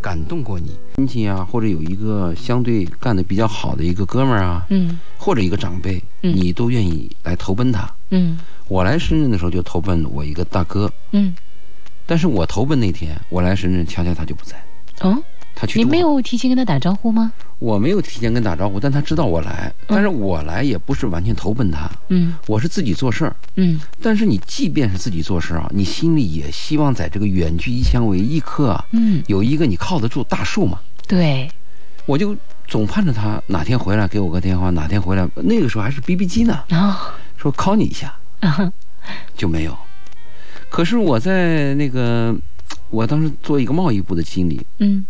感动过你？亲戚啊，或者有一个相对干得比较好的一个哥们儿啊，嗯或者一个长辈，嗯你都愿意来投奔他。嗯我来深圳的时候就投奔我一个大哥，嗯，但是我投奔那天我来深圳，恰恰他就不在，哦，他去啊你住没有提前跟他打招呼吗？我没有提前跟他打招呼，但他知道我来，但是我来也不是完全投奔他，嗯我是自己做事儿。嗯但是你即便是自己做事儿啊，你心里也希望在这个远距离相为异客啊，嗯，有一个你靠得住大树嘛。对，我就总盼着他哪天回来给我个电话，哪天回来，那个时候还是 BB 机呢，哦，说 call 你一下嗯就没有。可是我在那个，我当时做一个贸易部的经理，嗯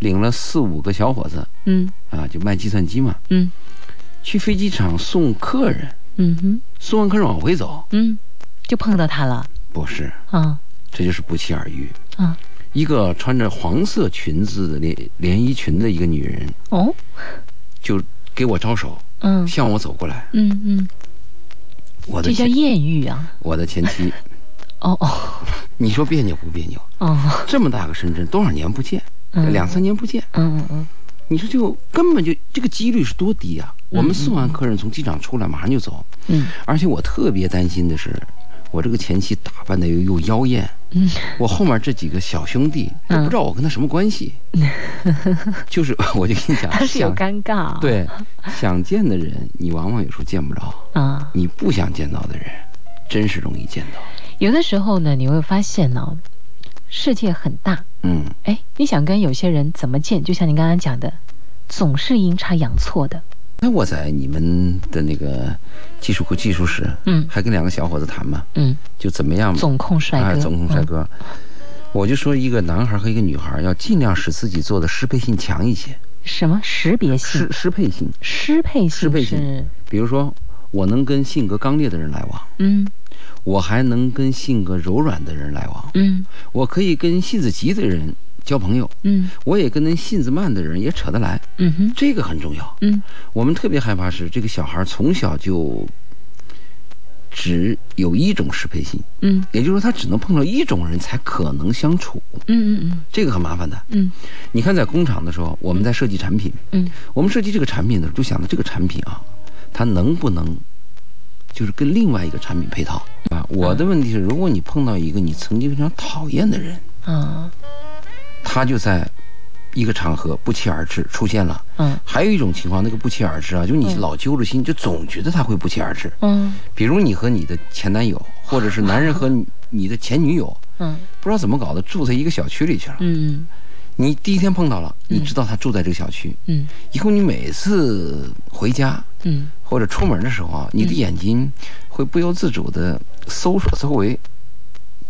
领了四五个小伙子嗯啊，就卖计算机嘛，嗯去飞机场送客人，嗯哼送完客人往回走，嗯，就碰到他了不是，啊这就是不期而遇。啊一个穿着黄色裙子的连连衣裙的一个女人，哦就给我招手，嗯向我走过来。嗯嗯，我的这叫前艳遇啊我的前妻，哦哦你说别扭不别扭？哦这么大个深圳，多少年不见，嗯两三年不见，嗯嗯你说就根本就这个几率是多低啊！我们送完客人从机场出来，马上就走。嗯而且我特别担心的是，我这个前妻打扮的又又妖艳，嗯我后面这几个小兄弟都不知道我跟他什么关 系，就是我就跟你讲，他是有啊想尴尬啊对，想见的人你往往有时候见不着，啊。你不想见到的人，真是容易见到。有的时候呢，你会发现呢、世界很大，嗯，哎，你想跟有些人怎么见，就像你刚刚讲的，总是阴差阳错的。那我在你们的那个技术库技术室，嗯还跟两个小伙子谈嘛，嗯，就怎么样总控帅哥，嗯哎，总控帅哥。我就说，一个男孩和一个女孩要尽量使自己做的适配性强一些，嗯什么识别性适、适配性，适配性是适配性。比如说，我能跟性格刚烈的人来往，嗯我还能跟性格柔软的人来往，嗯我可以跟性子急的人交朋友，嗯我也跟那性子慢的人也扯得来，嗯哼这个很重要。嗯我们特别害怕是这个小孩从小就只有一种适配性，嗯也就是说他只能碰到一种人才可能相处，嗯嗯这个很麻烦的。嗯你看，在工厂的时候，我们在设计产品，嗯我们设计这个产品的时候，就想着这个产品啊，它能不能就是跟另外一个产品配套啊？我的问题是，如果你碰到一个你曾经非常讨厌的人，嗯啊他就在一个场合不期而至出现了。嗯还有一种情况，那个不期而至啊，就你老揪着心，就总觉得他会不期而至。嗯比如你和你的前男友，或者是男人和你你的前女友，嗯不知道怎么搞的，住在一个小区里去了。嗯你第一天碰到了，你知道他住在这个小区，嗯以后你每次回家嗯或者出门的时候啊，你的眼睛会不由自主的搜索周围，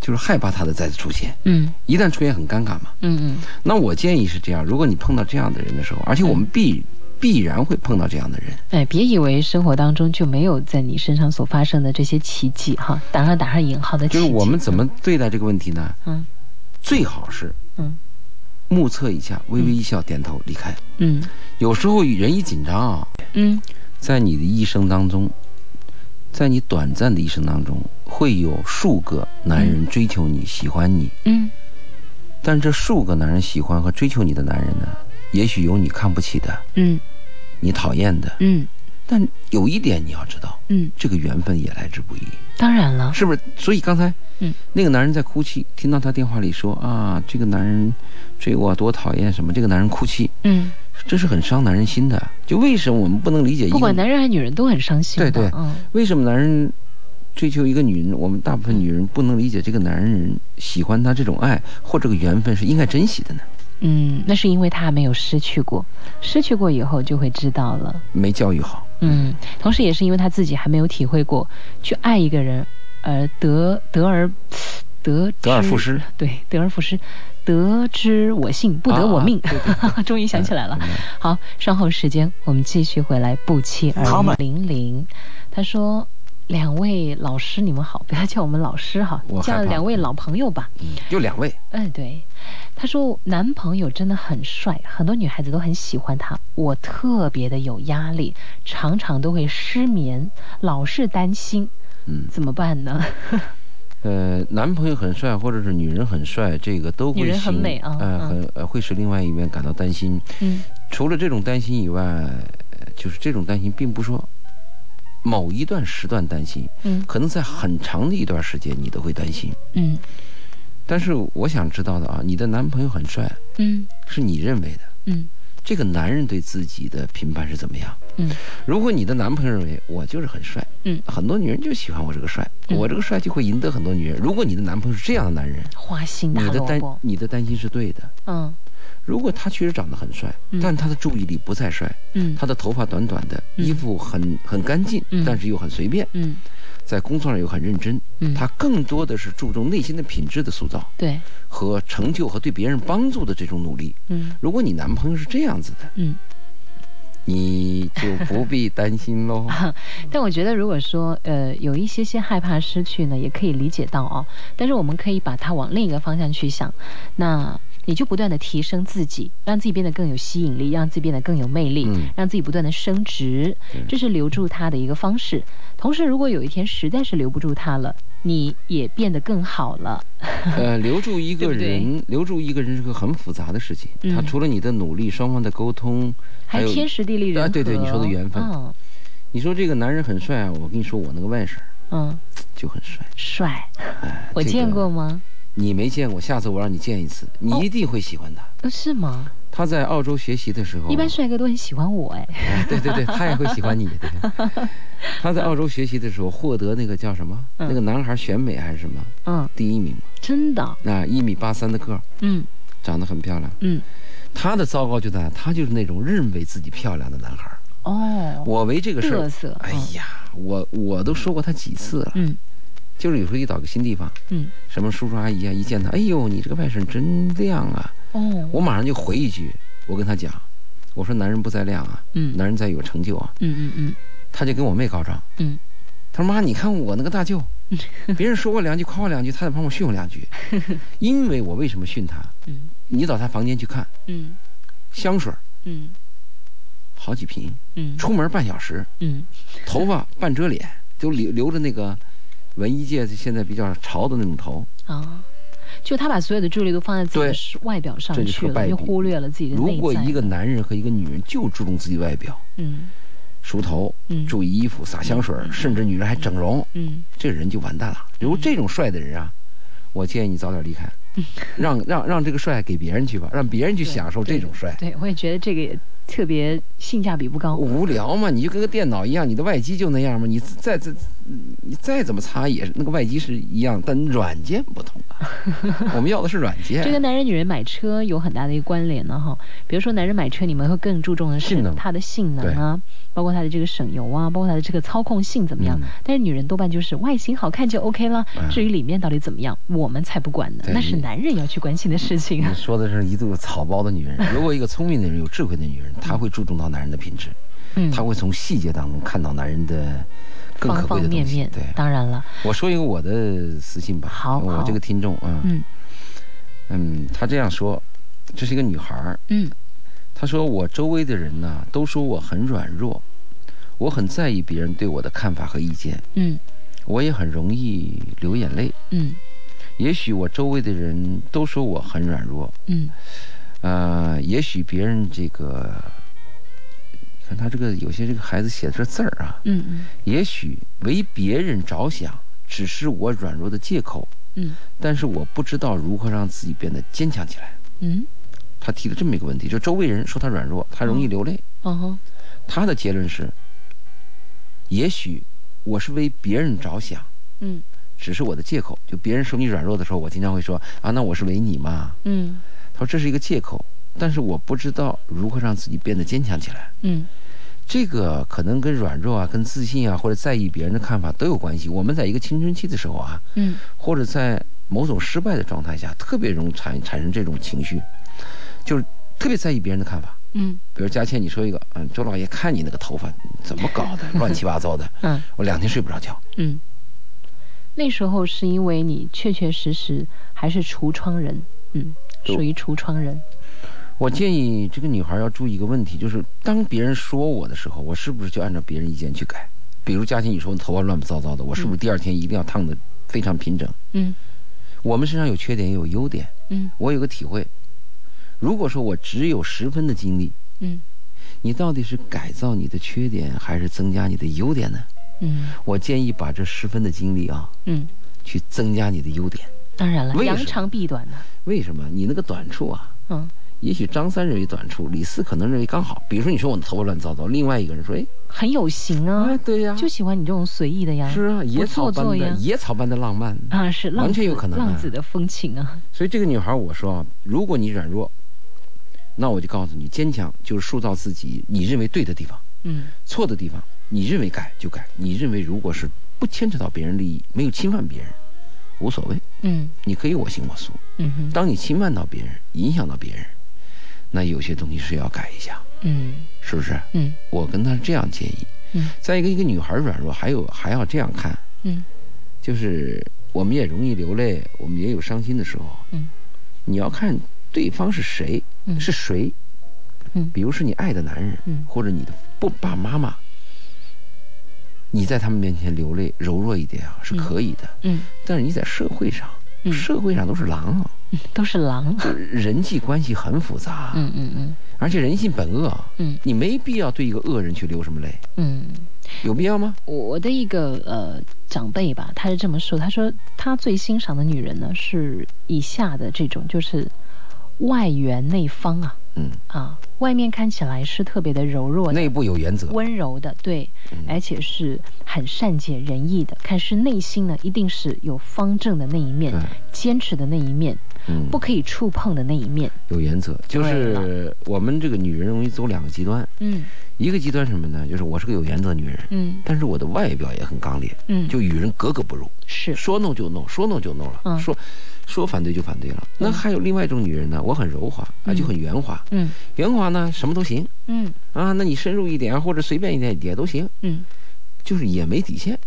就是害怕他的再次出现。嗯一旦出现很尴尬嘛。嗯那我建议是这样：如果你碰到这样的人的时候，而且我们必、必然会碰到这样的人，哎，别以为生活当中就没有在你身上所发生的这些奇迹哈，打上打上引号的奇就迹。是我们怎么对待这个问题呢？嗯最好是嗯目测一下，微微一笑，点头离开。嗯有时候人一紧张啊，嗯在你的一生当中，在你短暂的一生当中，会有数个男人追求你、喜欢你，嗯但这数个男人喜欢和追求你的男人呢，也许有你看不起的，嗯你讨厌的，嗯但有一点你要知道，嗯，这个缘分也来之不易，当然了，是不是？所以刚才，嗯，那个男人在哭泣，听到他电话里说啊，这个男人追我多讨厌什么，这个男人哭泣，嗯，这是很伤男人心的。就为什么我们不能理解一个？不管男人还是女人都很伤心对的。对嗯为什么男人追求一个女人，我们大部分女人不能理解这个男人喜欢她这种爱或这个缘分是应该珍惜的呢？嗯，那是因为他还没有失去过，失去过以后就会知道了。没教育好，嗯，同时也是因为他自己还没有体会过去爱一个人，而得得而得得而之复失，对，得而复失，得之我幸，不得啊我命。 终于想起来嗯了。好，稍后时间我们继续回来不期而好嘛零零。他说：“两位老师，你们好，不要叫我们老师哈我，害叫怕两位老朋友吧。嗯就两位，”哎，对。他说男朋友真的很帅，很多女孩子都很喜欢他。我特别的有压力，常常都会失眠，老是担心，嗯，怎么办呢？ 呃，男朋友很帅，或者是女人很帅，这个都会女人很行美啊呃，嗯很呃会使另外一边感到担心。嗯除了这种担心以外，呃就是这种担心，并不是说某一段时段担心，嗯可能在很长的一段时间你都会担心。嗯但是我想知道的啊，你的男朋友很帅，嗯是你认为的，嗯这个男人对自己的评判是怎么样？嗯如果你的男朋友认为我就是很帅，嗯，很多女人就喜欢我这个帅，嗯我这个帅就会赢得很多女人。如果你的男朋友是这样的男人，花心嗯大你的萝担卜，你的担心是对的。嗯如果他确实长得很帅，嗯但他的注意力不在帅，嗯他的头发短短的，嗯衣服很很干净，嗯但是又很随便，嗯在工作上又很认真，嗯，他更多的是注重内心的品质的塑造对，和成就和对别人帮助的这种努力。嗯如果你男朋友是这样子的，嗯。你就不必担心 喽。啊但我觉得，如果说呃有一些些害怕失去呢，也可以理解到哦。但是我们可以把它往另一个方向去想，那你就不断的提升自己，让自己变得更有吸引力，让自己变得更有魅力，嗯让自己不断的升值对，这是留住他的一个方式。同时，如果有一天实在是留不住他了，你也变得更好了。 呃，留住一个对不对人，留住一个人是个很复杂的事情。嗯他除了你的努力，双方的沟通，还还有天时地利人和，啊对对你说的缘分嗯你说这个男人很帅啊，我跟你说，我那个外甥嗯，就很帅。帅，哎，我这个见过哦吗？你没见过，下次我让你见一次，你一定会喜欢他。呃是吗？他在澳洲学习的时候，一般帅哥都很喜欢我哎。哎对对对，他也会喜欢你。对 他在澳洲学习的时候获得那个叫什么？嗯那个男孩选美还是什么嗯，第一名？真的，那啊一米八三的个儿，嗯长得很漂亮。嗯，他的糟糕就在，他就是那种认为自己漂亮的男孩儿。哦，我为这个事儿嘚瑟，哎呀，我我都说过他几次了，嗯就是有时候一到个新地方，嗯什么叔叔阿姨啊，一见他，哎呦，你这个外甥真亮啊！哦，我马上就回一句，我跟他讲，我说男人不在亮啊，嗯男人在有成就啊。嗯嗯他就跟我妹告状，嗯他说妈，你看我那个大舅，别人说我两句，夸我两句，他在旁边训我两 句，因为我为什么训他？ 嗯你到他房间去看，嗯香水儿嗯好几瓶，嗯出门半小时，嗯头发半遮脸，就留留着那个文艺界现在比较潮的那种头。啊，就他把所有的注意力都放在自对己的外表上这就是去个败了，笔又忽略了自己的如内果在。一个男人和一个女人就注重自己外表，嗯梳头、嗯注意衣服、洒香水，甚至女人还整容，嗯这人就完蛋了。如果这种帅的人啊，我建议你早点离开，让让让这个帅给别人去吧，让别人去享受这种帅。对，我也觉得这个也特别性价比不高。无聊嘛，你就跟个电脑一样，你的外机就那样嘛，你再再你再怎么擦也是那个外机是一样，但软件不同 啊。我们要的是软件。这跟男人女人买车有很大的一个关联呢，哈。比如说男人买车，你们会更注重的性是能它的性能啊，包括它的这个省油啊，包括它的这个操控性怎么样。嗯但是女人多半就是外形好看就 OK 了，嗯至于里面到底怎么样，我们才不管呢，对那是你男人要去关心的事情啊你。说的是一肚子草包的女 人。如果一个聪明的人、有智慧的女人，她会注重到男人的品质，嗯，她会从细节当中看到男人的更可贵方的方东面西。面对，，当然了，我说一个我的私信吧。好我好这个听众啊，嗯嗯，她这样说，这是一个女孩儿，嗯她说我周围的人呢、都说我很软弱，我很在意别人对我的看法和意见，嗯我也很容易流眼泪。嗯也许我周围的人都说我很软弱，嗯呃，也许别人这个，你看他这个有些这个孩子写的这字儿啊，嗯嗯也许为别人着想只是我软弱的借口，嗯但是我不知道如何让自己变得坚强起来。嗯，他提了这么一个问题，就周围人说他软弱，他容易流泪，哦吼，他的结论是，也许我是为别人着想。嗯只是我的借口，就别人说你软弱的时候，我经常会说啊，那我是为你嘛。嗯他说这是一个借口，但是我不知道如何让自己变得坚强起来。嗯这个可能跟软弱啊、跟自信啊，或者在意别人的看法都有关系。我们在一个青春期的时候啊，嗯或者在某种失败的状态下，特别容易产产生这种情绪，就是特别在意别人的看法。嗯比如佳倩，你说一个，嗯，周老爷看你那个头发怎么搞的，乱七八糟的，嗯。我两天睡不着觉。嗯，那时候是因为你确确实实还是橱窗人，嗯，对属于橱窗人，我建议这个女孩要注意一个问题，就是当别人说我的时候，我是不是就按照别人意见去改？比如佳倩，你说头发乱不糟糟的，我是不是第二天一定要烫的非常平整。嗯我们身上有缺点也有优点，嗯我有个体会，如果说我只有十分的精力，嗯你到底是改造你的缺点，还是增加你的优点呢？嗯我建议把这十分的精力啊，嗯，去增加你的优点。当然了，为什么扬长避短呢。为什么？你那个短处啊，嗯也许张三认为短处，李四可能认为刚好。比如说，你说我的头发乱糟糟，另外一个人说，哎，很有型啊哎，，对呀、就喜欢你这种随意的呀，是啊，野哎不草做般作的呀，野草般的浪漫。啊，是浪完全子有可能啊浪子的风情啊，所以这个女孩，我说啊，如果你软弱，那我就告诉你，坚强就是塑造自己你认为对的地方，嗯错的地方你认为改就改，你认为如果是不牵扯到别人利益，没有侵犯别人，无所谓，嗯你可以我行我素。嗯哼，当你侵犯到别人，影响到别人，那有些东西是要改一下，嗯是不是？嗯我跟她是这样建议。嗯再一个，一个女孩软弱，还有还要这样看，嗯就是我们也容易流泪，我们也有伤心的时候。嗯你要看对方是谁，嗯是谁，嗯比如是你爱的男人，嗯或者你的不爸妈妈，你在他们面前流泪柔弱一点啊是可以的，嗯但是你在社会上，嗯社会上都是狼 啊，嗯，都是狼，人际关系很复杂，嗯嗯嗯而且人性本恶啊，嗯你没必要对一个恶人去流什么泪，嗯。有必要吗？我我的一个呃长辈吧，他是这么说，他说他最欣赏的女人呢是以下的这种，就是外圆内方啊嗯，啊，外面看起来是特别的柔弱的、内嗯部有原则，温柔的，对，而且是很善解人意的，但是内心呢一定是有方正的那一面对，坚持的那一面，嗯，不可以触碰的那一面，有原则，就对是我们这个女人容易走两个极端，嗯一个极端是什么呢？就是我是个有原则的女人，嗯但是我的外表也很刚烈，嗯，就与人格格不入，是说弄就弄，说弄就弄了，嗯说说反对就反对了。那还有另外一种女人呢，我很柔滑啊，嗯就很圆滑，嗯圆滑呢什么都行嗯啊，那你深入一点或者随便一点也都行， 嗯，就是也没底线。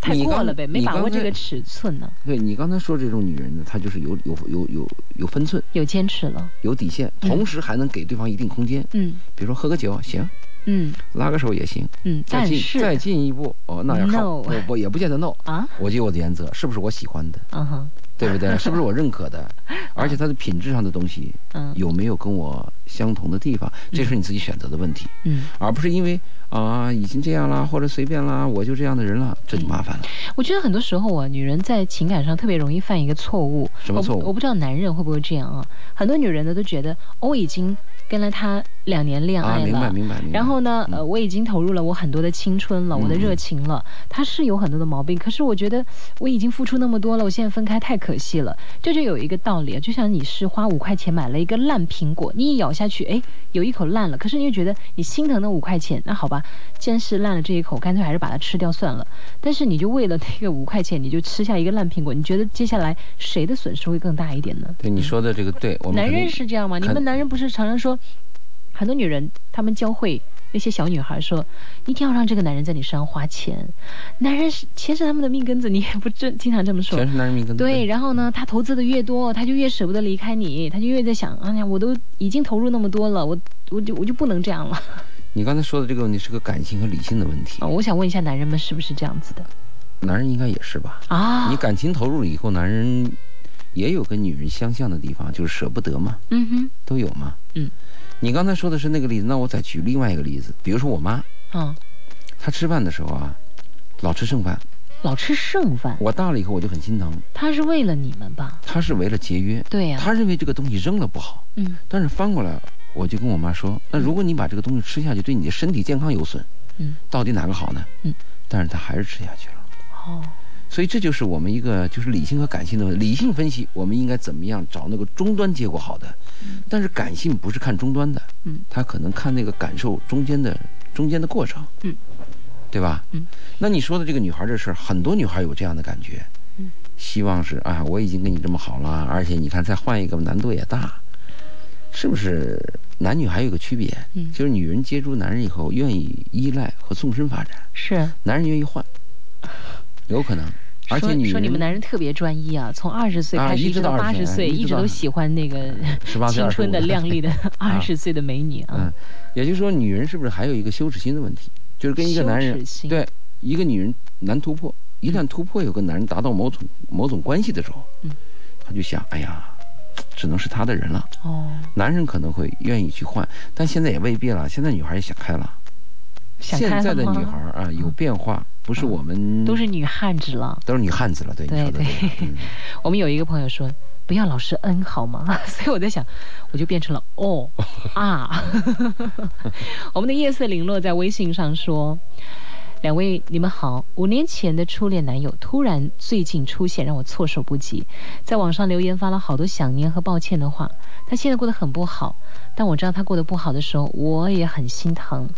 太你过刚了呗，没你把刚握才这个尺寸呢，对你刚才说这种女人呢，她就是有有有有有分寸，有坚持了，有底线，嗯同时还能给对方一定空间，嗯。比如说喝个酒行，嗯拉个手也行，嗯，再但进是再进一步哦，那要看 No 我我我也不见得 no，啊，我就有我的原则，是不是我喜欢的？嗯哼，对不对？是不是我认可的？而且它的品质上的东西嗯有没有跟我相同的地方，这是你自己选择的问题，嗯，而不是因为啊、已经这样啦，或者随便啦，我就这样的人了，这就麻烦了。我觉得很多时候啊，女人在情感上特别容易犯一个错误，什么我不错误我不知道男人会不会这样啊，很多女人呢都觉得哦我已经跟了他两年恋啊，爱明白了。明白明白。哎然后呢，呃，我已经投入了我很多的青春了，我的嗯热情了。他是有很多的毛病，可是我觉得我已经付出那么多了，我现在分开太可惜了。这就有一个道理啊，就像你是花五块钱买了一个烂苹果，你一咬下去，哎，有一口烂了，可是你又觉得你心疼那五块钱，那好吧，既然是烂了这一口，干脆还是把它吃掉算了。但是你就为了那个五块钱，你就吃下一个烂苹果，你觉得接下来谁的损失会更大一点呢？对你说的这个对，我们男肯定人是这样吗？你肯们男人不是常常说，很多女人她们教会那些小女孩说，你一定要让这个男人在你身上花钱，男人是钱是他们的命根子，你也不真经常这么说全。是男人命根子。对，然后呢，他投资的越多，他就越舍不得离开你，他就越在想，哎呀，我都已经投入那么多了，我我就我就不能这样了、 你刚才说的这个问题是个感性和理性的问题啊，我想问一下，男人们是不是这样子的男人应该也是吧？啊？你感情投入了以后，男人也有跟女人相像的地方，就是舍不得嘛，嗯哼，都有嘛。嗯，你刚才说的是那个例子，那我再举另外一个例子，比如说我妈，啊，她吃饭的时候啊，老吃剩饭。老吃剩饭，我大了以后我就很心疼，他是为了你们吧？她是为了节约，对呀、她认为这个东西扔了不好，嗯但是翻过来我就跟我妈说，那如果你把这个东西吃下去，对你的身体健康有损，嗯，到底哪个好呢？嗯，但是她还是吃下去了。哦，所以这就是我们一个就是理性和感性的问题。理性分析，我们应该怎么样找那个终端结果好的，但是感性不是看终端的，嗯他可能看那个感受中间的中间的过程，嗯，对吧？嗯，那你说的这个女孩这事儿，很多女孩有这样的感觉，嗯，希望是啊，我已经跟你这么好了，而且你看再换一个难度也大，是不是？男女还有一个区别，嗯就是女人接触男人以后，愿意依赖和纵深发展，是。啊男人愿意换，有可能。而且女说说你们男人人特别专一啊，从二十岁啊开始一直到到八20十岁，哎一直一直到都喜欢那个18岁青春的25靓丽的二 啊十岁的美女啊。嗯，也就是说，女人是不是还有一个羞耻心的问题？就是跟一个男羞人耻心对一个女人难突破，一旦突破有个男人达到某种某种关系的时候，嗯，他就想，哎呀，只能是他的人了。哦，男人可能会愿意去换，但现在也未必了。现在女孩也想开了，想开了现在的吗嗯女孩啊有变化，不是我们都是女汉子了。都是女汉子了，对你对说的对 嗯，我们有一个朋友说，不要老是嗯好吗？ 所以我在想，我就变成了哦啊。 我们的夜色零落在微信上说。两位，你们好。五年前的初恋男友突然最近出现，让我措手不及。在网上留言发了好多想念和抱歉的话。他现在过得很不好，但我知道他过得不好的时候，我也很心疼，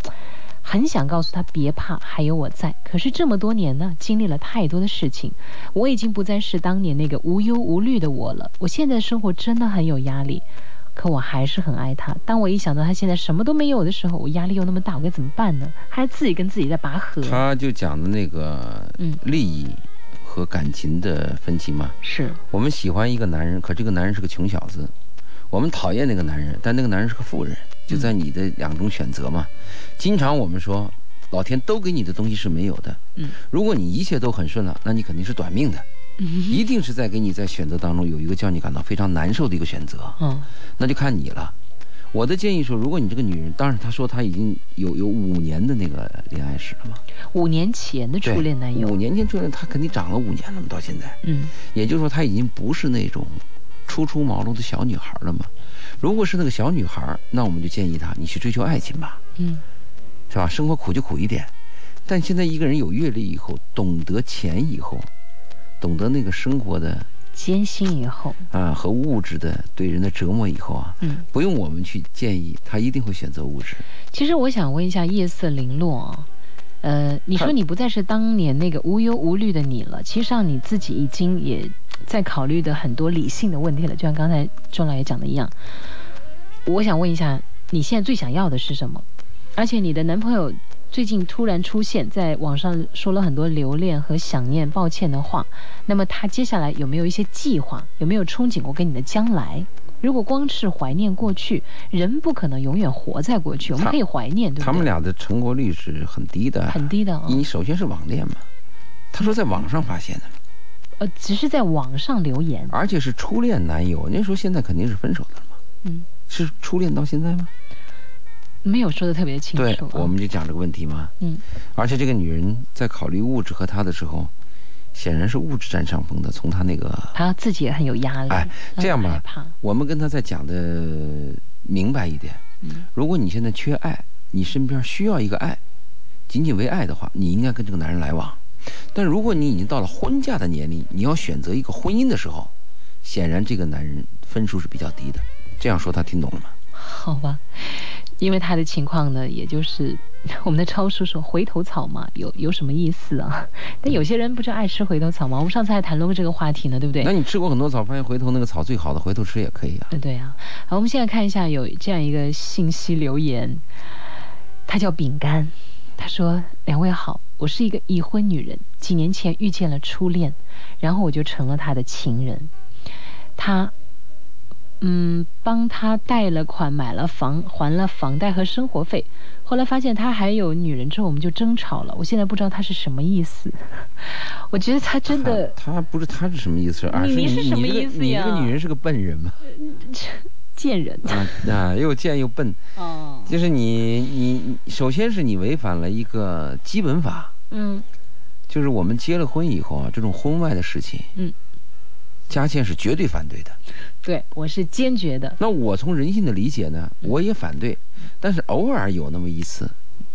很想告诉他别怕，还有我在。可是这么多年呢，经历了太多的事情，我已经不再是当年那个无忧无虑的我了。我现在的生活真的很有压力，可我还是很爱他。当我一想到他现在什么都没有的时候，我压力又那么大，我该怎么办呢？还自己跟自己在拔河。他就讲的那个嗯利益和感情的分歧嘛。是，我们喜欢一个男人，可这个男人是个穷小子；我们讨厌那个男人，但那个男人是个富人，就在你的两种选择嘛。经常我们说，老天都给你的东西是没有的。嗯如果你一切都很顺了，那你肯定是短命的，嗯一定是在给你在选择当中有一个叫你感到非常难受的一个选择，嗯那就看你了。我的建议说，如果你这个女人，当然她说她已经有有五年的那个恋爱史了嘛，五年前的对初恋男五友，年前初恋，她肯定长了五年了嘛，到现在。嗯也就是说，她已经不是那种初出茅庐的小女孩了嘛。如果是那个小女孩，那我们就建议她，你去追求爱情吧，嗯是吧？生活苦就苦一点。但现在一个人有阅历以后，懂得钱以后，懂得那个生活的艰辛以后，啊和物质的对人的折磨以后啊，嗯。不用我们去建议，他一定会选择物质。其实我想问一下，夜色零落啊、呃，你说他你不再是当年那个无忧无虑的你了，其实上你自己已经也在考虑的很多理性的问题了，就像刚才钟老爷讲的一样。我想问一下，你现在最想要的是什么？而且你的男朋友最近突然出现，在网上说了很多留恋和想念、抱歉的话，那么他接下来有没有一些计划？有没有憧憬过跟你的将来？如果光是怀念过去，人不可能永远活在过去。我们他可以怀念，对不对？他们俩的成活率是很低的，很低的啊、你首先是网恋嘛，他说在网上发现的，呃，只是在网上留言。而且是初恋男友，那时候现在肯定是分手的了嘛。嗯，是初恋到现在吗？没有说的特别清对楚啊、，我们就讲这个问题嘛。嗯而且这个女人在考虑物质和他的时候，显然是物质占上风的。从她那个，他自己也很有压力，哎，这样很吧害怕，我们跟她再讲的明白一点。嗯如果你现在缺爱，你身边需要一个爱，仅仅为爱的话，你应该跟这个男人来往。但如果你已经到了婚嫁的年龄，你要选择一个婚姻的时候，显然这个男人分数是比较低的。这样说他听懂了吗？好吧，因为他的情况呢，也就是我们的超叔说回头草嘛，有有什么意思啊？ 但有些人不就爱吃回头草吗？我们上次还谈论过这个话题呢，对不对那？你吃过很多草，发现回头那个草最好的，回头吃也可以啊。对对啊，好，我们现在看一下有这样一个信息留言，他叫饼干，他说：“两位好，我是一个已婚女人，几年前遇见了初恋，然后我就成了他的情人，他。”嗯，帮他贷了款，买了房，还了房贷和生活费。后来发现他还有女人之后，我们就争吵了。我现在不知道他是什么意思。 我觉得他真的他他不是他是什么意思，而你是你是什么你这意个思你这呀个女人是个笨人嘛，贱人。 啊啊，又贱又笨，哦，就是你你你首先是你违反了一个基本法，嗯就是我们结了婚以后啊，这种婚外的事情，嗯，佳倩是绝对反对的。对，我是坚决的。那我从人性的理解呢，我也反对，但是偶尔有那么一次，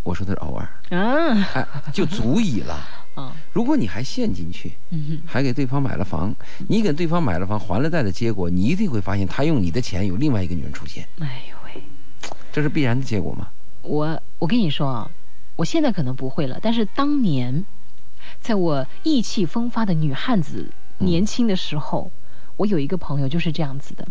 我说的是偶尔，啊，哎，就足以了。啊，如果你还陷进去，嗯还给对方买了房，你给对方买了房，还了贷的结果，你一定会发现他用你的钱有另外一个女人出现，哼，哎呦喂，这是必然的结果嘛？我我跟你说啊，我现在可能不会了，但是当年，在我意气风发的女汉子年轻的时候，我有一个朋友就是这样子的。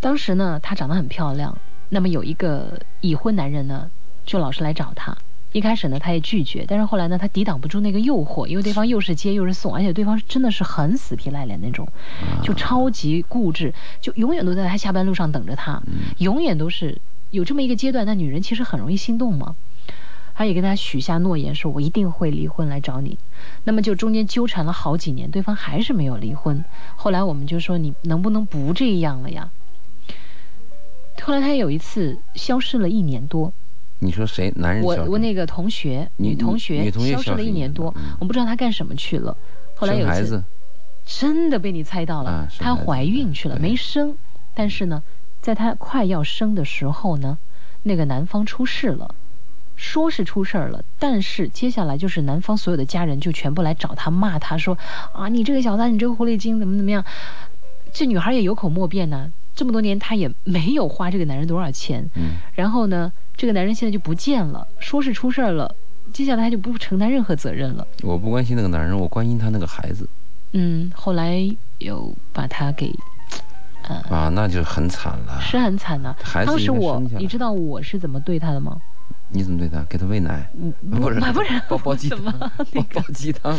当时呢，她长得很漂亮，那么有一个已婚男人呢，就老是来找她。一开始呢，她也拒绝，但是后来呢，她抵挡不住那个诱惑，因为对方又是接又是送，而且对方是真的是很死皮赖脸那种。啊就超级固执，就永远都在他下班路上等着他，永远都是有这么一个阶段，那女人其实很容易心动嘛。他也跟他许下诺言，说我一定会离婚来找你。那么就中间纠缠了好几年，对方还是没有离婚。后来我们就说你能不能不这样了呀？后来他有一次消失了一年多，你说谁？男人我嗯消失我那个同学女女同女学同学消失消了失一一年年多多嗯，我不知道她干什么去了。后来有生孩一次子，真的被你猜到了，啊生她孩子怀孕去了，对没生。但是呢，在她快要生的时候呢，那个男方出事了，说是出事儿了，但是接下来就是男方所有的家人就全部来找她骂她说啊，你这个小三，你这个狐狸精，怎么怎么样？这女孩也有口莫辩呐、这么多年她也没有花这个男人多少钱，嗯，然后呢，这个男人现在就不见了，说是出事儿了，接下来他就不承担任何责任了。我不关心那个男人，我关心他那个孩子嗯，后来又把他给，呃，啊，那就很惨了。是啊很惨呐、孩子当时应该我生下，来你知道我是怎么对他 的吗？你怎么对他？给他喂奶？嗯不是，不然煲煲鸡怎汤，么那煲煲个？鸡汤。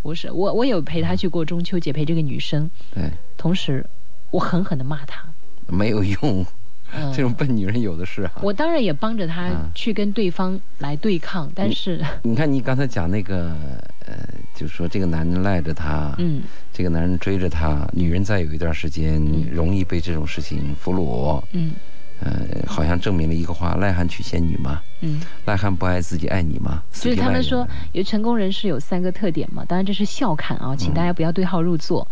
不是，我我有陪他去过中秋节，陪这个女生，对，同时我狠狠的骂啊他。没有用，嗯、这种笨女人有的是啊。我当然也帮着他嗯去跟对方来对抗，但是，你看，你刚才讲那个，呃，就是说这个男人赖着她，， 嗯这个男人追着她，女人在有一段时间嗯容易被这种事情俘虏，嗯呃，好像证明了一个话：赖汉娶仙女嘛，嗯，赖汉不爱自己爱你嘛，所死以皮他赖们脸说的，有成功人士有三个特点嘛，当然这是笑侃啊，请嗯大家不要对号入座。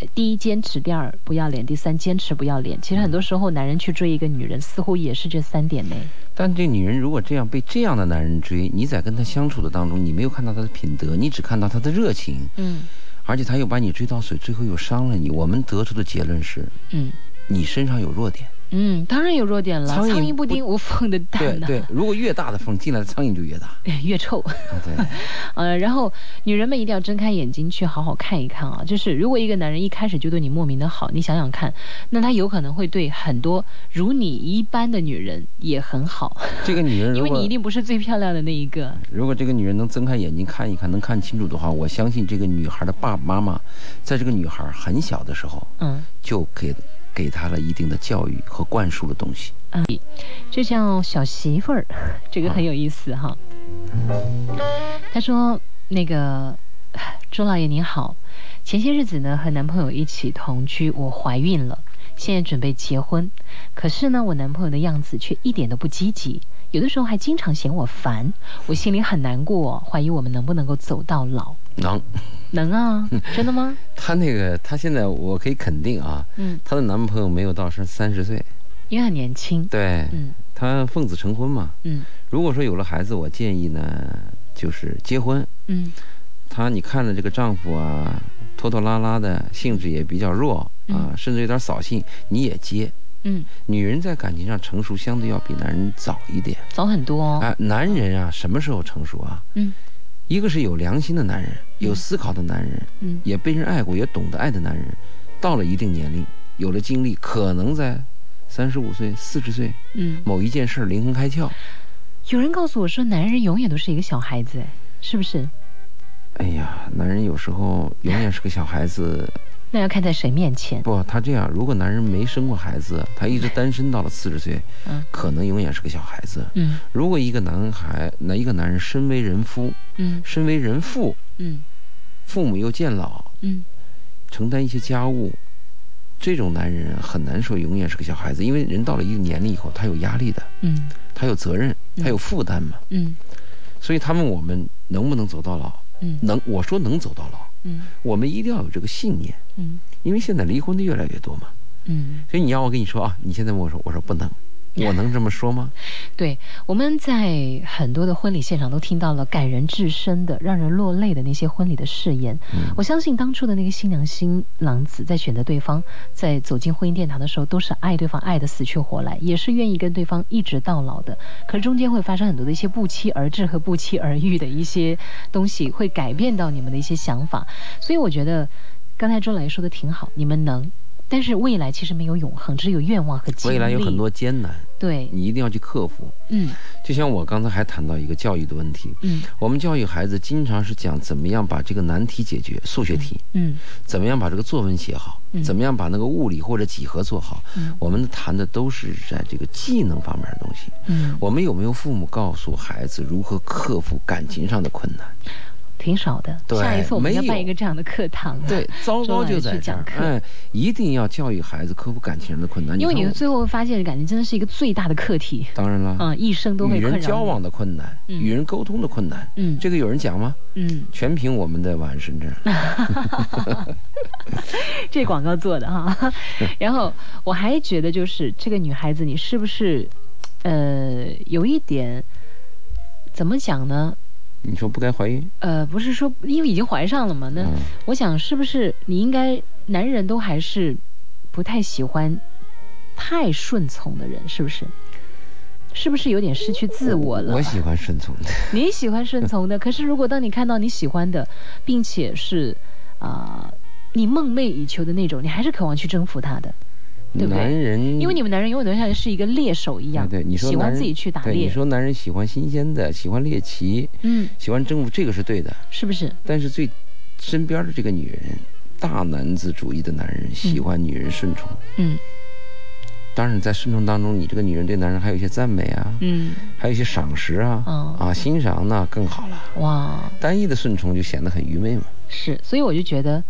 呃第一，坚持；第二，不要脸；第三，坚持不要脸。其实很多时候，男人去追一个女人，似乎也是这三点呢。但这女人如果这样被这样的男人追，你在跟他相处的当中，你没有看到他的品德，你只看到他的热情，嗯而且他又把你追到水，最后又伤了你。我们得出的结论是，嗯你身上有弱点。嗯，当然有弱点了，苍苍蝇蝇不不叮无缝的对蛋呐、对，如果越大的缝进来的苍蝇就越 大。越臭。啊对，呃，然后女人们一定要睁开眼睛去好好看一看啊！就是如果一个男人一开始就对你莫名的好，你想想看，那他有可能会对很多如你一般的女人也很好，这个女人如因为果你一定不是最漂亮的那一个。如果这个女人能睁开眼睛看一看，能看清楚的话，我相信这个女孩的爸爸妈妈，在这个女孩很小的时候嗯，就给给她了一定的教育和灌输的东西。这叫小媳妇儿， 这个很有意思哈。他说：“那个 朱老爷您好，前些日子呢和男朋友一起同居，我怀孕了，现在准备结婚。可是呢，我男朋友的样子却一点都不积极，有的时候还经常嫌我烦，我心里很难过，怀疑我们能不能够走到老。能，能啊，真的吗？她那个她现在我可以肯定啊，嗯，她的男朋友没有到是三十岁，因为很年轻。对，嗯她奉子成婚嘛。嗯如果说有了孩子，我建议呢，就是结婚。嗯她你看了这个丈夫啊，拖拖拉拉的，性质也比较弱啊，嗯甚至有点扫兴，你也接。嗯，女人在感情上成熟相对要比男人早一点。早很多、哦。啊，男人啊，什么时候成熟啊？嗯一个是有良心的男人，有思考的男人，嗯也被人爱过，也懂得爱的男人，到了一定年龄，有了经历，可能在三十五岁、四十岁，嗯。某一件事儿灵魂开窍。有人告诉我说，男人永远都是一个小孩子，是不是？哎呀，男人有时候永远是个小孩子。那要看在谁面前。不，他这样，如果男人没生过孩子，他一直单身到了四十岁，嗯可能永远是个小孩子。嗯如果一个男孩，那一个男人身为人夫，嗯身为人父，嗯父母又渐老，嗯承担一些家务，这种男人很难说永远是个小孩子，因为人到了一定年龄以后，他有压力的，嗯他有责任，嗯他有负担嘛。嗯所以他问我们能不能走到老，嗯能，我说能走到老，嗯我们一定要有这个信念，嗯因为现在离婚的越来越多嘛。嗯，所以你要我跟你说啊，你现在问我说，我说不 能，我能这么说吗？对，我们在很多的婚礼现场都听到了感人至深的、让人落泪的那些婚礼的誓言。嗯我相信当初的那个新娘新郎子在选择对方，在走进婚姻殿堂的时候，都是爱对方爱的死去活来，也是愿意跟对方一直到老的。可是中间会发生很多的一些不期而至和不期而遇的一些东西，会改变到你们的一些想法。所以我觉得，刚才周老爷说的挺好，你们能，但是未来其实没有永恒，只有愿望和经历。未来有很多艰难，对，你一定要去克服。嗯就像我刚才还谈到一个教育的问题，嗯我们教育孩子经常是讲怎么样把这个难题解决，数学题，嗯怎么样把这个作文写好嗯，怎么样把那个物理或者几何做好。嗯我们谈的都是在这个技能方面的东西。嗯，我们有没有父母告诉孩子如何克服感情上的困难？挺少的。对下一次我们没要办有一个这样的课堂。啊对，糟糕就在这讲儿。课，哎，一定要教育孩子克服感情上的困难。因为看你我最后会发现，感情真的是一个最大的课题。当然了，嗯，一生都会与困扰人你交。往的困难，嗯与人沟通的困难，嗯，这个有人讲吗？嗯，全凭我们的晚深圳。 这广告做的 哈。然后我还觉得，就是这个女孩子，你是不是呃有一点怎么讲呢？你说不该怀孕？呃，不是说因为已经怀上了嘛，那、嗯我想是不是你应该男人都还是不太喜欢太顺从的人，是不是？是不是有点失去自我了？我喜欢顺从的。你喜欢顺从的，可 是如果当你看到你喜欢的，并且是啊、呃你梦寐以求的那种，你还是渴望去征服他的，对不对男人，因为你们男人永远都像是一个猎手一对样，嗯对，你说喜男欢人自己去打对你猎，说男人喜欢新鲜的，喜欢猎奇，嗯，喜欢征服，这个是对的。是不是？但是最身边的这个女人，大男子主义的男人喜欢女人顺从。嗯当然，在顺从当中，你这个女人对男人还有一些赞美啊，嗯，还有一些赏识啊，哦啊欣赏那更好了。嗯哇，单一的顺从就显得很愚昧嘛。是，所以我就觉得。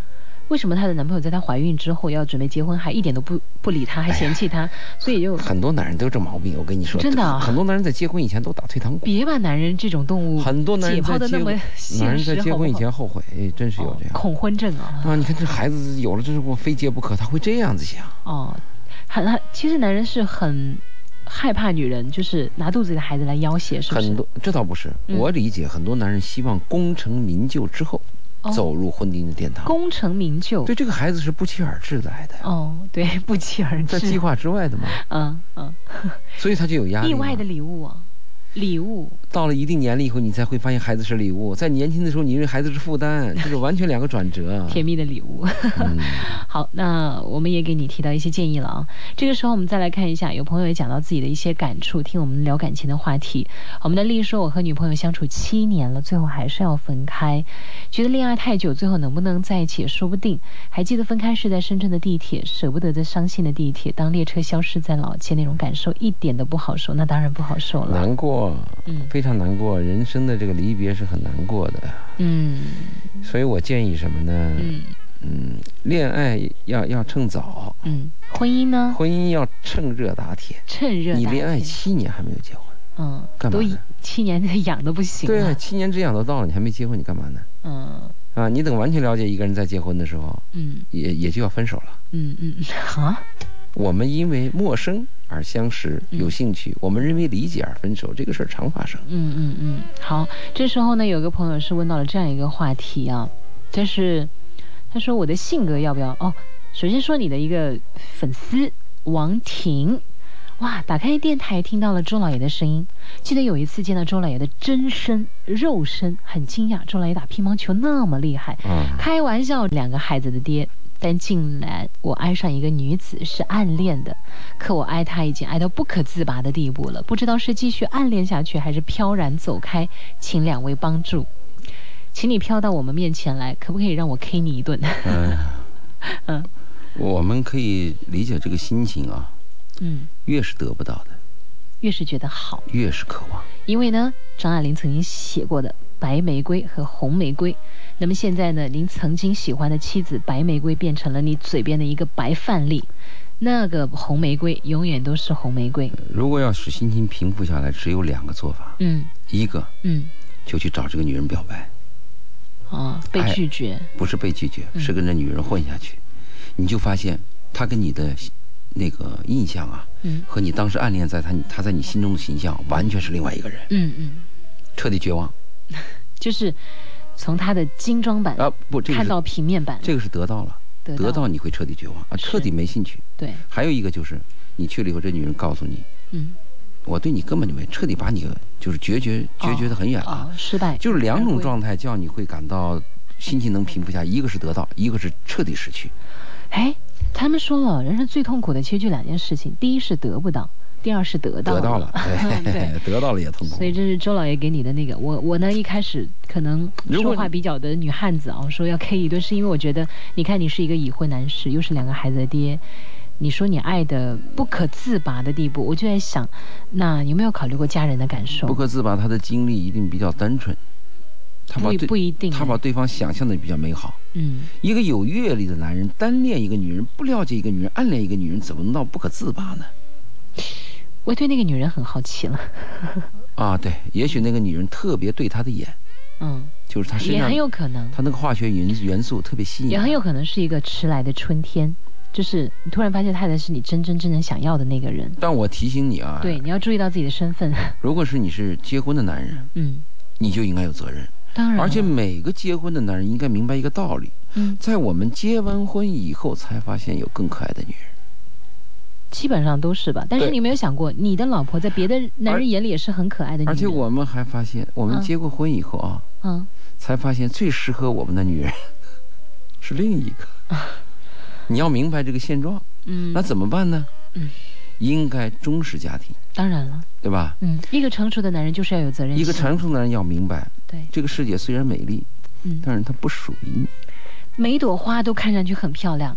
为什么她的男朋友在她怀孕之后要准备结婚，还一点都不不理她，还嫌 弃她？所以就很多男人都有这毛病，我跟你说，真的啊很多男人在结婚以前都打退堂鼓。别把男人这种动物很多男解人剖在的结那么婚，男现人实，在结好不婚以好前后悔，哎，真是有哦这样。恐婚症啊。啊，你看这孩子有了这我非结不可，他会这样子想。哦，很很，其实男人是很害怕女人，就是拿肚子里的孩子来要挟，是不很是？多这倒不是，嗯我理解很多男人希望功成名就之后、哦走入婚姻的殿堂，功成名就。对这个孩子是不期而至来的，哎哦，对，不期而在计至。划之外的 嘛，嗯嗯，所以他就有压力意嘛。外的礼物啊，礼物。到了一定年龄以后，你才会发现孩子是礼物，在年轻的时候你认为孩子是负担，这是完全两个转折。啊 甜蜜的礼物。嗯 好，那我们也给你提到一些建议了啊。这个时候我们再来看一下，有朋友也讲到自己的一些感触，听我们聊感情的话题。我们的丽说，我和女朋友相处七年了，最后还是要分开，觉得恋爱太久，最后能不能在一起也说不定。还记得分开是在深圳的地铁，舍不得这伤心的地铁，当列车消失在老街，那种感受一点都不好受，那当然不好受了。难过，嗯非常难过，人生的这个离别是很难过的，嗯所以我建议什么呢？嗯嗯，恋爱要要趁早，嗯，婚姻呢？婚姻要趁热打铁。趁热打你恋爱铁七年还没有结婚，嗯，干嘛都呢七年痒的不行对了。啊，七年之痒都到了，你还没结婚，你干嘛呢？嗯啊，你等完全了解一个人再结婚的时候，嗯也也就要分手了。嗯嗯，啊，我们因为陌生而相识，嗯有兴趣，我们因为理解而分手，这个事儿常发生。嗯嗯嗯，好。这时候呢，有个朋友是问到了这样一个话题啊，就是他说我的性格要不要？哦，首先说你的一个粉丝王婷。哇！打开电台，听到了周老爷的声音。记得有一次见到周老爷的真身、肉身，很惊讶。周老爷打乒乓球那么厉害，啊，开玩笑，两个孩子的爹，但竟然我爱上一个女子是暗恋的，可我爱她已经爱到不可自拔的地步了，不知道是继续暗恋下去，还是飘然走开，请两位帮助，请你飘到我们面前来，可不可以让我 K 你一顿？ 嗯、 嗯我们可以理解这个心情啊，嗯，越是得不到的，越是觉得好，越是渴望。因为呢，张爱玲曾经写过的《白玫瑰》和《红玫瑰》。那么现在呢，您曾经喜欢的妻子白玫瑰变成了你嘴边的一个白范例，那个红玫瑰永远都是红玫瑰。如果要使心情平复下来，只有两个做法，嗯一个嗯，就去找这个女人表白，啊，被哎拒绝，不是被拒绝，是跟这女人混下去，你就发现她跟你的那个印象啊，嗯和你当时暗恋在她她在你心中的形象完全是另外一个人，嗯嗯，彻底绝望就是从他的精装版啊！不，这个看是到平面版，这个是得到了，得得到你会彻底绝望啊，是彻底没兴趣。对，还有一个就是你去了以后，这女人告诉你，嗯，我对你根本就没彻底把你就是决绝决绝的很远了，啊，失败，就是两而种归状态叫你会感到心情能平复下，一个是得到，一个是彻底失去。哎，他们说了，人生最痛苦的其实就两件事情，第一是得不到，第二是得到得到了， 对得到了也痛苦所。以这是周老爷给你的那个，我我呢一开始可能如果说话比较的女汉子啊，我说要 K 一顿，是因为我觉得你看你是一个已婚男士，又是两个孩子的爹，你说你爱的不可自拔的地步，我就在想，那有没有考虑过家人的感受？不可自拔，他的经历一定比较单纯，他把不对不一定哎他把对方想象的比较美好。嗯一个有阅历的男人单恋一个女人，不了解一个女人，暗恋一个女人，怎么能到不可自拔呢？我对那个女人很好奇 了，啊，对，也许那个女人特别对他的眼，嗯，就是他身也上很有可能，他那个化学元元素特别吸引，也很有可能是一个迟来的春天，就是你突然发现他才是你真真正正想要的那个人。但我提醒你啊，对，，你要注意到自己的身份。 如果是你是结婚的男人，嗯，你就应该有责任，当然了。而且每个结婚的男人应该明白一个道理，嗯，在我们结完婚以后才发现有更可爱的女人。基本上都是吧。但是对你有没有想过，你的老婆在别的男人眼里也是很可爱的女人。而且，我们还发现，我们嗯结过婚以后啊， 嗯，才发现最适合我们的女人 是另一个。你要明白这个现状，嗯，那怎么办呢？嗯，应该重视家庭，当然了，对吧？嗯，一个成熟的男人就是要有责任心。一个成熟的人要明白，对，这个世界虽然美丽，嗯，但是它不属于你，每一朵花都看上去很漂亮，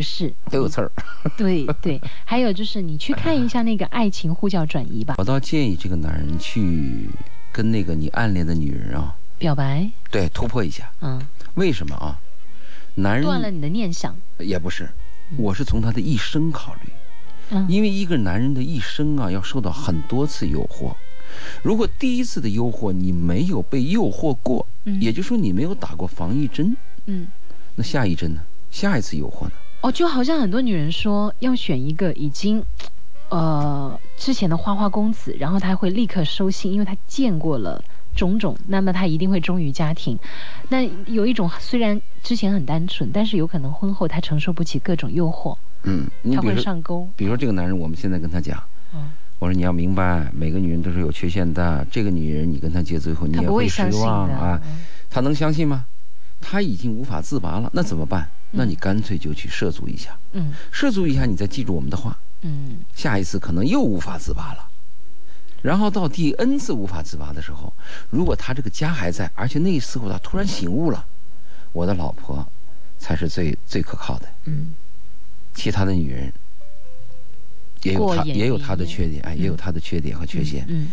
是，都有刺儿。对对，还有就是你去看一下那个《爱情呼叫转移》吧，我倒建议这个男人去跟那个你暗恋的女人啊，表白，对，突破一下。嗯，为什么啊？男断了嗯人你的念想，也不是，我是从他的一生考虑。嗯因为一个男人的一生啊，要受到很多次诱惑。如果第一次的诱惑你没有被诱惑过，嗯也就是说你没有打过防疫针，嗯。那下一针呢？下一次诱惑呢？哦，就好像很多女人说要选一个已经，呃，之前的花花公子，然后他会立刻收信，因为他见过了种种，那么他一定会忠于家庭。那有一种虽然之前很单纯，但是有可能婚后他承受不起各种诱惑，嗯，你他比会如说，上钩。比如说这个男人，我们现在跟他讲，嗯，我说你要明白，每个女人都是有缺陷的。这个女人你跟她结最后，你他也不会失相信的望啊。嗯他能相信吗？他已经无法自拔了，那怎么办？那你干脆就去涉足一下，嗯涉足一下，你再记住我们的话，嗯，下一次可能又无法自拔了。然后到第 N 次无法自拔的时候，如果他这个家还在，而且那一次后他突然醒悟了，我的老婆才是最最可靠的，嗯其他的女人也有过她眼也有云她的烟缺点，哎，也有她的缺点和缺陷，嗯，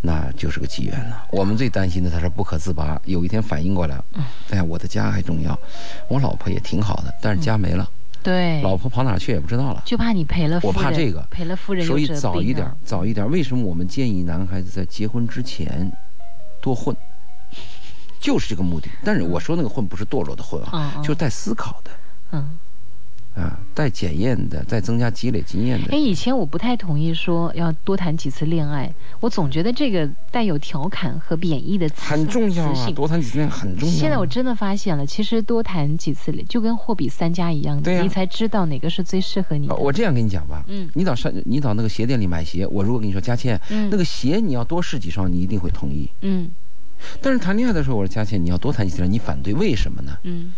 那就是个机缘了。我们最担心的他是不可自拔，有一天反应过来，嗯哎呀，我的家还重要，我老婆也挺好的，但是家没了，嗯对，老婆跑哪儿去也不知道了。嗯就怕你赔了夫我人，怕这个赔了夫人又所以折兵早一点了儿，早一点儿。为什么我们建议男孩子在结婚之前多混？就是这个目的。但是我说那个混不是堕落的混啊，嗯嗯就是带思考的嗯。啊，带检验的，带增加积累经验哎，的。以前我不太同意说要多谈几次恋爱，我总觉得这个带有调侃和贬义的词很重要词啊，性多谈几次恋爱很重要啊。现在我真的发现了，其实多谈几次恋，就跟货比三家一样的，对呀你才知道哪个是最适合你的。呃我这样跟你讲吧，嗯你到商，你到那个鞋店里买鞋，我如果跟你说佳倩，嗯那个鞋你要多试几双，你一定会同意。嗯但是谈恋爱的时候，我说佳倩，你要多谈几次恋爱，你反对，为什么呢？嗯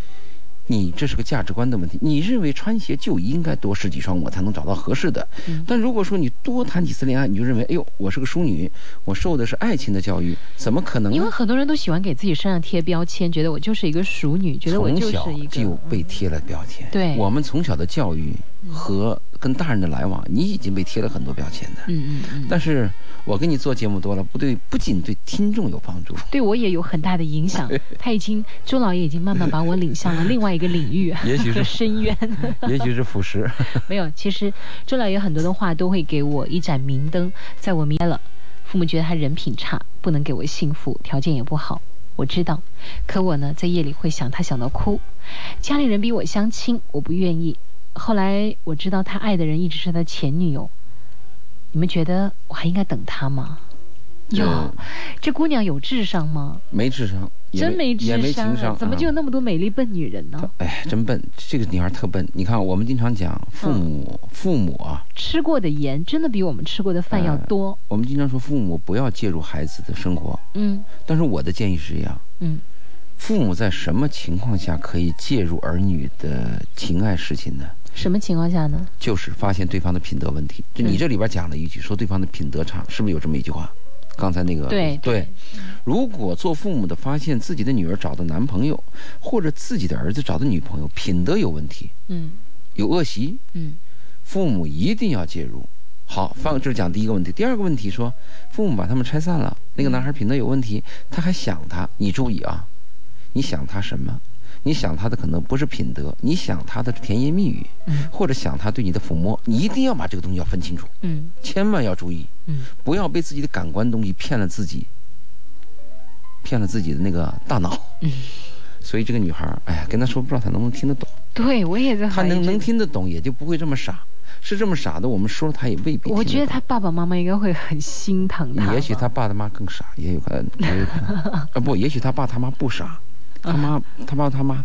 你这是个价值观的问题，你认为穿鞋就应该多试几双，我才能找到合适的。嗯但如果说你多谈几次恋爱，你就认为，哎呦，我是个淑女，我受的是爱情的教育，怎么可能因为呢？很多人都喜欢给自己身上贴标签，觉得我就是一个熟女，觉得我从就小是一个嗯就被贴了标签。对我们从小的教育和跟大人的来往，你已经被贴了很多标签的。嗯嗯嗯，但是我跟你做节目多了，不对，不仅对听众有 帮助，对我也有很大的 影响。他已经周老爷已经慢慢把我领向了另外一个领域，也许是 深渊。也许是腐蚀。没有，其实周老爷很多的话都会给我一盏明灯，在我迷了，父母觉得他人品差，不能给我幸福，条件也不好，我知道。可我呢，在夜里会想他，想到哭。家里人逼我相亲，我不愿意。后来我知道他爱的人一直是他前女友。你们觉得我还应该等他吗？哟嗯，这姑娘有智商吗？没智商，也真没没智也商、啊，没情商，怎么啊就有那么多美丽笨女人呢？嗯哎，真笨，这个女孩特笨。你看，我们经常讲父母，父母啊，吃过的盐真的比我们吃过的饭要呃多。我们经常说父母不要介入孩子的生活，嗯但是我的建议是这样：嗯父母在什么情况下可以介入儿女的情爱事情呢？什么情况下呢？就是发现对方的品德问题。就你这里边讲了一句，说对方的品德差，是不是有这么一句话？刚才那个对对，如果做父母的发现自己的女儿找的男朋友，或者自己的儿子找的女朋友品德有问题，嗯有恶习，嗯父母一定要介入。好，放这是讲第一个问题。第二个问题说，父母把他们拆散了，那个男孩品德有问题，他还想他。你注意啊，你想他什么？你想他的可能不是品德，你想他的是甜言蜜语，嗯或者想他对你的抚摸，你一定要把这个东西要分清楚，嗯千万要注意，嗯不要被自己的感官东西骗了自己，骗了自己的那个大脑。嗯，所以这个女孩儿，哎呀，跟她说不知道她能不能听得懂，对我也在她怀疑能这能个。听得懂，也就不会这么傻。是这么傻的，我们说了她也未必。我觉得他。爸爸妈妈应该会很心疼他吧。也许他爸他妈更 呃傻，也有可能，也有可能啊不，也许他爸他妈不傻，他妈他爸他妈